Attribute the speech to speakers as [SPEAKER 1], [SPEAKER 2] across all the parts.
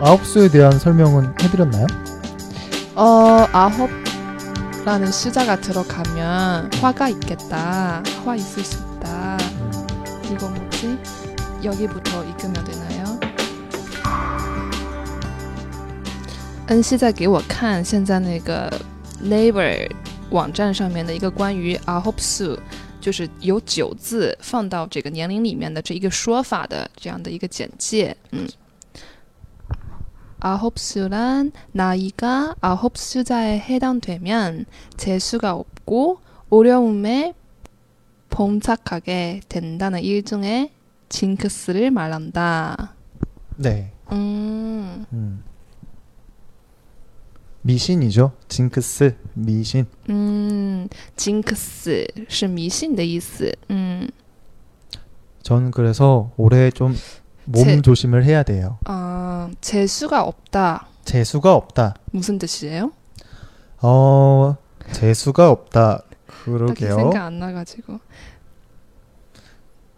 [SPEAKER 1] 아홉수에 대한 설명은 해드렸나요?
[SPEAKER 2] 어, 아홉라는 수자가 들어가면 화가 있겠다. 화 있을 수 있다. 이거 뭐지? 여기부터 익으면 되나요? 恩熙在给我看现在那个 Labor 网站上面的一个关于 a h o p su，就是由九字放到这个年龄里面的这一个说法的这样的一个简介。嗯。아홉수란나이가아홉수자에해당되면재수가없고어려움에 봉착하게 된다는 일종의 징크스를 말한다.
[SPEAKER 1] 네.
[SPEAKER 2] 음,
[SPEAKER 1] 음. 미신이죠. 징크스, 미신.
[SPEAKER 2] 嗯， 음, 징크스 음, 是迷信的意思。嗯，
[SPEAKER 1] 전 그래서 올해 좀 몸
[SPEAKER 2] 제-
[SPEAKER 1] 조심을 해야 돼요.
[SPEAKER 2] 아, 재수가 없다.
[SPEAKER 1] 재수가 없다.
[SPEAKER 2] 무슨 뜻이에요?
[SPEAKER 1] 어, 재수가 없다.
[SPEAKER 2] 딱히
[SPEAKER 1] 그러게요.
[SPEAKER 2] 생각 안 나가지고.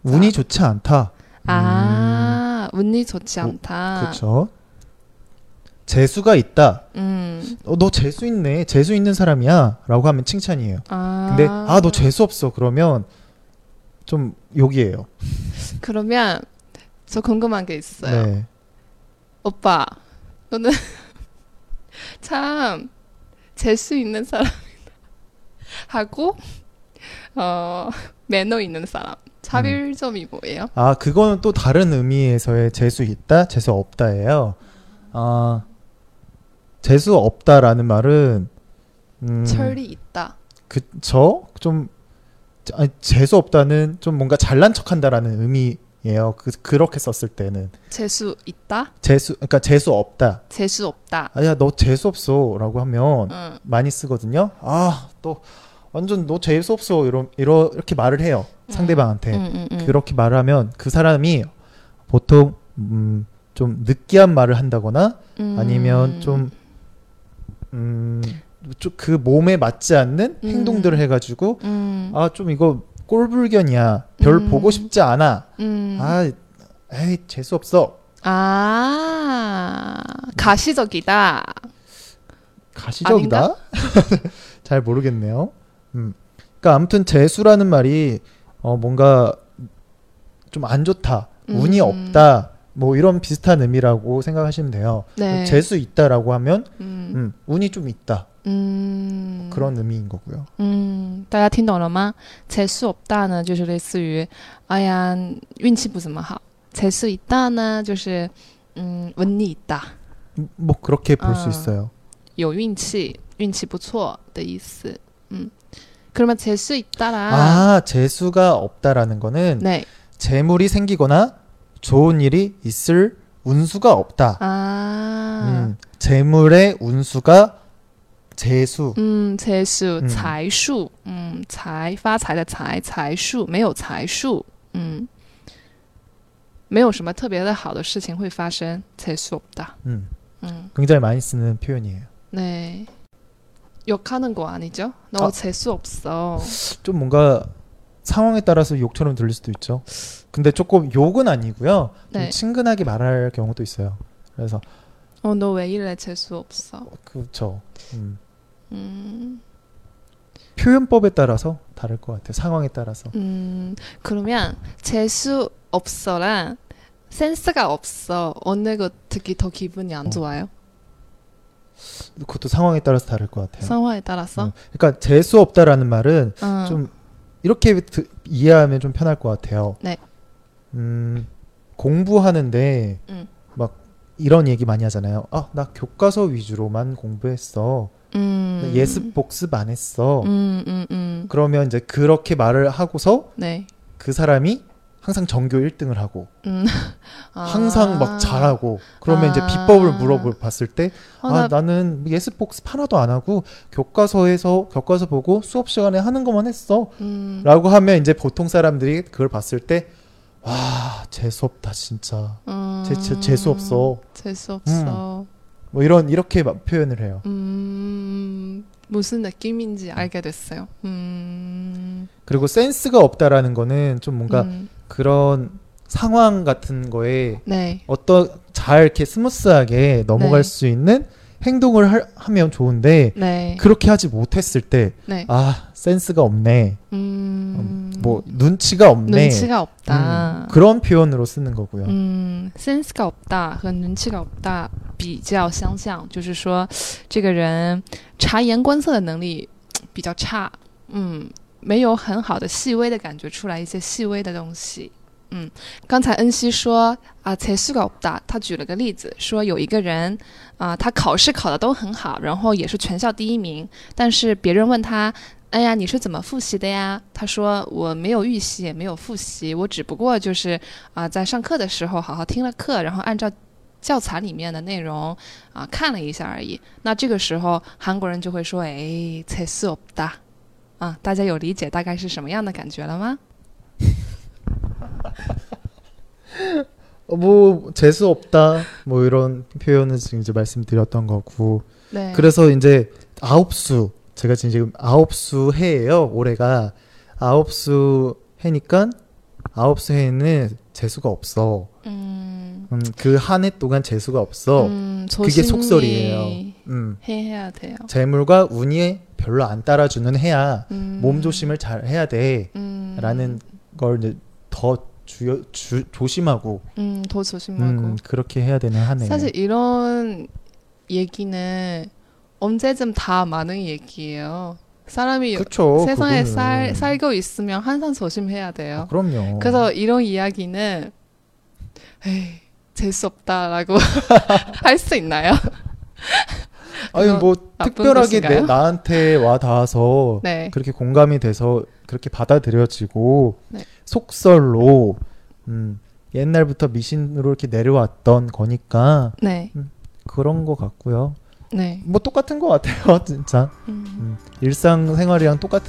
[SPEAKER 1] 운이 좋지 않다.
[SPEAKER 2] 아, 운이 좋지
[SPEAKER 1] 오,
[SPEAKER 2] 않다.
[SPEAKER 1] 음. 그렇죠. 재수가 있다.
[SPEAKER 2] 음,
[SPEAKER 1] 어, 너 재수 있네. 재수 있는 사람이야라고 하면 칭찬이에요.
[SPEAKER 2] 아.
[SPEAKER 1] 근데 아, 너 재수 없어. 그러면 좀 욕이에요.
[SPEAKER 2] 그러면 저 궁금한 게 있어요.
[SPEAKER 1] 네.
[SPEAKER 2] 오빠, 너는 참 재수 있는 사람이다. 하고 어, 매너 있는 사람. 차별점이 뭐예요?
[SPEAKER 1] 아, 그거는 또 다른 의미에서의 재수 있다, 재수 없다예요. 아, 재수 없다라는 말은 음,
[SPEAKER 2] 철이 있다.
[SPEAKER 1] 그쵸? 좀 아니, 재수 없다는 좀 뭔가 잘난 척한다라는 의미예요. 그, 그렇게 썼을 때는
[SPEAKER 2] 재수 있다.
[SPEAKER 1] 재수 그러니까 재수 없다.
[SPEAKER 2] 재수 없다.
[SPEAKER 1] 아야 너 재수 없어라고 하면
[SPEAKER 2] 응.
[SPEAKER 1] 많이 쓰거든요. 아, 또 완전 너 재수 없어 이런 이러, 이렇게 말을 해요. 상대방한테.
[SPEAKER 2] 응, 응, 응.
[SPEAKER 1] 네. 그렇게 말을 하면 그 사람이 보통 음, 좀 느끼한 말을 한다거나
[SPEAKER 2] 음.
[SPEAKER 1] 아니면 좀 음, 좀그 몸에 맞지 않는
[SPEAKER 2] 음.
[SPEAKER 1] 행동들을 해가지고
[SPEAKER 2] 음.
[SPEAKER 1] 아 좀 이거 꼴불견이야 별
[SPEAKER 2] 음.
[SPEAKER 1] 보고 싶지 않아
[SPEAKER 2] 음. 아.
[SPEAKER 1] 아 에이 재수 없어
[SPEAKER 2] 아, 가시적이다.
[SPEAKER 1] 가시적이다 잘 모르겠네요 음 그러니까 아무튼 재수라는 말이 어 뭔가 좀 안 좋다 운이
[SPEAKER 2] 음.
[SPEAKER 1] 없다 뭐 이런 비슷한 의미라고 생각하시면 돼요
[SPEAKER 2] 네.
[SPEAKER 1] 재수 있다라고 하면
[SPEAKER 2] 음.
[SPEAKER 1] 음, 운이 좀 있다
[SPEAKER 2] 嗯，
[SPEAKER 1] 그런 의미인 거고요.
[SPEAKER 2] 嗯，大家听懂了吗？재수없다呢，就是类似于，哎呀，运气不怎么好。재수있다呢，就是嗯，운이있다，
[SPEAKER 1] 음, 뭐 그렇게 볼 수
[SPEAKER 2] 아.
[SPEAKER 1] 있어요.
[SPEAKER 2] 有运气，运气不错的意思。嗯，그러면재수있다라
[SPEAKER 1] 아, 재수가 없다라는 거는
[SPEAKER 2] 네,
[SPEAKER 1] 재물이 생기거나 좋은 일이 있을 운수가 없다.
[SPEAKER 2] 아,
[SPEAKER 1] 음, 재물의 운수가 재수.
[SPEAKER 2] 음，재수
[SPEAKER 1] 嗯
[SPEAKER 2] 财数，嗯，财发财的财，财数没有财数，嗯，没有什么特别的好的事情会发生。재수없다，
[SPEAKER 1] 음,
[SPEAKER 2] 嗯。
[SPEAKER 1] 굉장히 많이 쓰는 표현이에요.
[SPEAKER 2] 네. 욕하는 거 아니죠? 너
[SPEAKER 1] 아.
[SPEAKER 2] 재수 없어.
[SPEAKER 1] 좀 뭔가 상황에 따라서 욕처럼 들릴 수도 있죠. 근데 조금 욕은 아니고요. 좀
[SPEAKER 2] 네.
[SPEAKER 1] 친근하게 말할 경우도 있어요. 그래서 음.
[SPEAKER 2] 어, 너 왜 이래 재수 없어.
[SPEAKER 1] 그렇죠. 음.
[SPEAKER 2] 음.
[SPEAKER 1] 표현법에 따라서 다를 것 같아요. 상황에 따라서.
[SPEAKER 2] 음. 그러면 재수 없어랑 센스가 없어. 어느 거 듣기 더 기분이 안
[SPEAKER 1] 어,
[SPEAKER 2] 좋아요?
[SPEAKER 1] 그것도 상황에 따라서 다를 것 같아요.
[SPEAKER 2] 상황에 따라서.
[SPEAKER 1] 음. 그러니까 재수 없다라는 말은
[SPEAKER 2] 어.
[SPEAKER 1] 네. 좀 이렇게 드- 이해하면 좀 편할 것 같아요.
[SPEAKER 2] 네.
[SPEAKER 1] 음, 공부하는데
[SPEAKER 2] 음.
[SPEAKER 1] 막 이런 얘기 많이 하잖아요. 아, 나 교과서 위주로만 공부했어. 나
[SPEAKER 2] 음.
[SPEAKER 1] 예습 복습 안 했어.
[SPEAKER 2] 음, 음, 음.
[SPEAKER 1] 그러면 이제 그렇게 말을 하고서
[SPEAKER 2] 네.
[SPEAKER 1] 그 사람이 항상 전교 1등을 하고
[SPEAKER 2] 음. 아.
[SPEAKER 1] 항상 막 잘하고 그러면 이제
[SPEAKER 2] 아.
[SPEAKER 1] 비법을 물어봤을 때
[SPEAKER 2] 어,
[SPEAKER 1] 아,
[SPEAKER 2] 나
[SPEAKER 1] 나는 예습 복습 하나도 안 하고 교과서에서 교과서 보고 수업 시간에 하는 것만 했어라고
[SPEAKER 2] 음.
[SPEAKER 1] 하면 이제 보통 사람들이 그걸 봤을 때 와, 재수 없다 진짜.
[SPEAKER 2] 음.
[SPEAKER 1] 재, 재, 재수 없어.
[SPEAKER 2] 재수 없어.
[SPEAKER 1] 뭐 이런 이렇게 막 표현을 해요.
[SPEAKER 2] 음, 무슨 느낌인지 알게 됐어요. 음,
[SPEAKER 1] 그리고 센스가 없다라는 거는 좀 뭔가
[SPEAKER 2] 음,
[SPEAKER 1] 그런 상황 같은 거에
[SPEAKER 2] 네.
[SPEAKER 1] 어떤 잘 이렇게 스무스하게 넘어갈
[SPEAKER 2] 네.
[SPEAKER 1] 수 있는 행동을 할- 하면 좋은데
[SPEAKER 2] 네.
[SPEAKER 1] 그렇게 하지 못했을 때
[SPEAKER 2] 네.
[SPEAKER 1] 아, 센스가 없네.
[SPEAKER 2] 음.
[SPEAKER 1] 뭐 눈치가 없네.
[SPEAKER 2] 눈치가 없다. 음.
[SPEAKER 1] 음, 그런 표현으로 쓰는 거고요.
[SPEAKER 2] 嗯，sense 搞不大和人气搞不大比较相像，就是说这个人察言观色的能力比较差，嗯，没有很好的细微的感觉出来一些细微的东西。嗯，刚才恩熙说啊，才是搞不大，他举了个例子，说有一个人啊，他考试考得都很好，然后也是全校第一名，但是别人问他哎呀，你是怎么复习的呀？他说我没有预习，也没有复习，我只不过就是啊、在上课的时候好好听了课，然后按照教材里面的内容啊、看了一下而已。那这个时候韩国人就会说，哎，才是없다啊，大家有理解大概是什么样的感觉了吗？
[SPEAKER 1] 어, 뭐 재수 없다 뭐 이런 표현을 지금 이제 말씀드렸던 거고
[SPEAKER 2] 对
[SPEAKER 1] 그래서 이제 아홉 수 제가 지금 아홉 수 해예요 올해가 아홉 수 해니까 아홉 수 해는 재수가 없어
[SPEAKER 2] 嗯
[SPEAKER 1] 음, 그한 해 동안 재수가 없어
[SPEAKER 2] 嗯，
[SPEAKER 1] 그게
[SPEAKER 2] 조심히
[SPEAKER 1] 속설이에요 음,
[SPEAKER 2] 해야 돼요.
[SPEAKER 1] 재물과 운이 별로 안 따라주는 해야
[SPEAKER 2] 음,
[SPEAKER 1] 몸 조심을 잘 해야 돼라는
[SPEAKER 2] 음,
[SPEAKER 1] 걸 이제 더 주여, 주, 조심하고
[SPEAKER 2] 음, 더 조심하고.
[SPEAKER 1] 음, 그렇게 해야 되는 한 해.
[SPEAKER 2] 사실 이런 얘기는 언제쯤 다 많은 얘기예요. 사람이
[SPEAKER 1] 그렇죠.
[SPEAKER 2] 세상에
[SPEAKER 1] 그거는.
[SPEAKER 2] 살, 살고 있으면 항상 조심해야
[SPEAKER 1] 아,
[SPEAKER 2] 돼요.
[SPEAKER 1] 그럼요.
[SPEAKER 2] 그래서 이런 이야기는 에이, 재수 없다라고 할 수 있나요?
[SPEAKER 1] 아니 뭐
[SPEAKER 2] 나쁜
[SPEAKER 1] 특별하게 내,
[SPEAKER 2] 것인가요?
[SPEAKER 1] 나한테 와 닿아서
[SPEAKER 2] 네.
[SPEAKER 1] 그렇게 공감이 돼서 그렇게 받아들여지고
[SPEAKER 2] 네.
[SPEAKER 1] 속설로 음, 옛날부터 미신으로 이렇게 내려왔던 거니까
[SPEAKER 2] 네.
[SPEAKER 1] 그런 거 같고요.
[SPEAKER 2] 네.
[SPEAKER 1] 뭐 똑같은 거 같아요, 진짜
[SPEAKER 2] 음.
[SPEAKER 1] 일상 생활이랑 똑같은.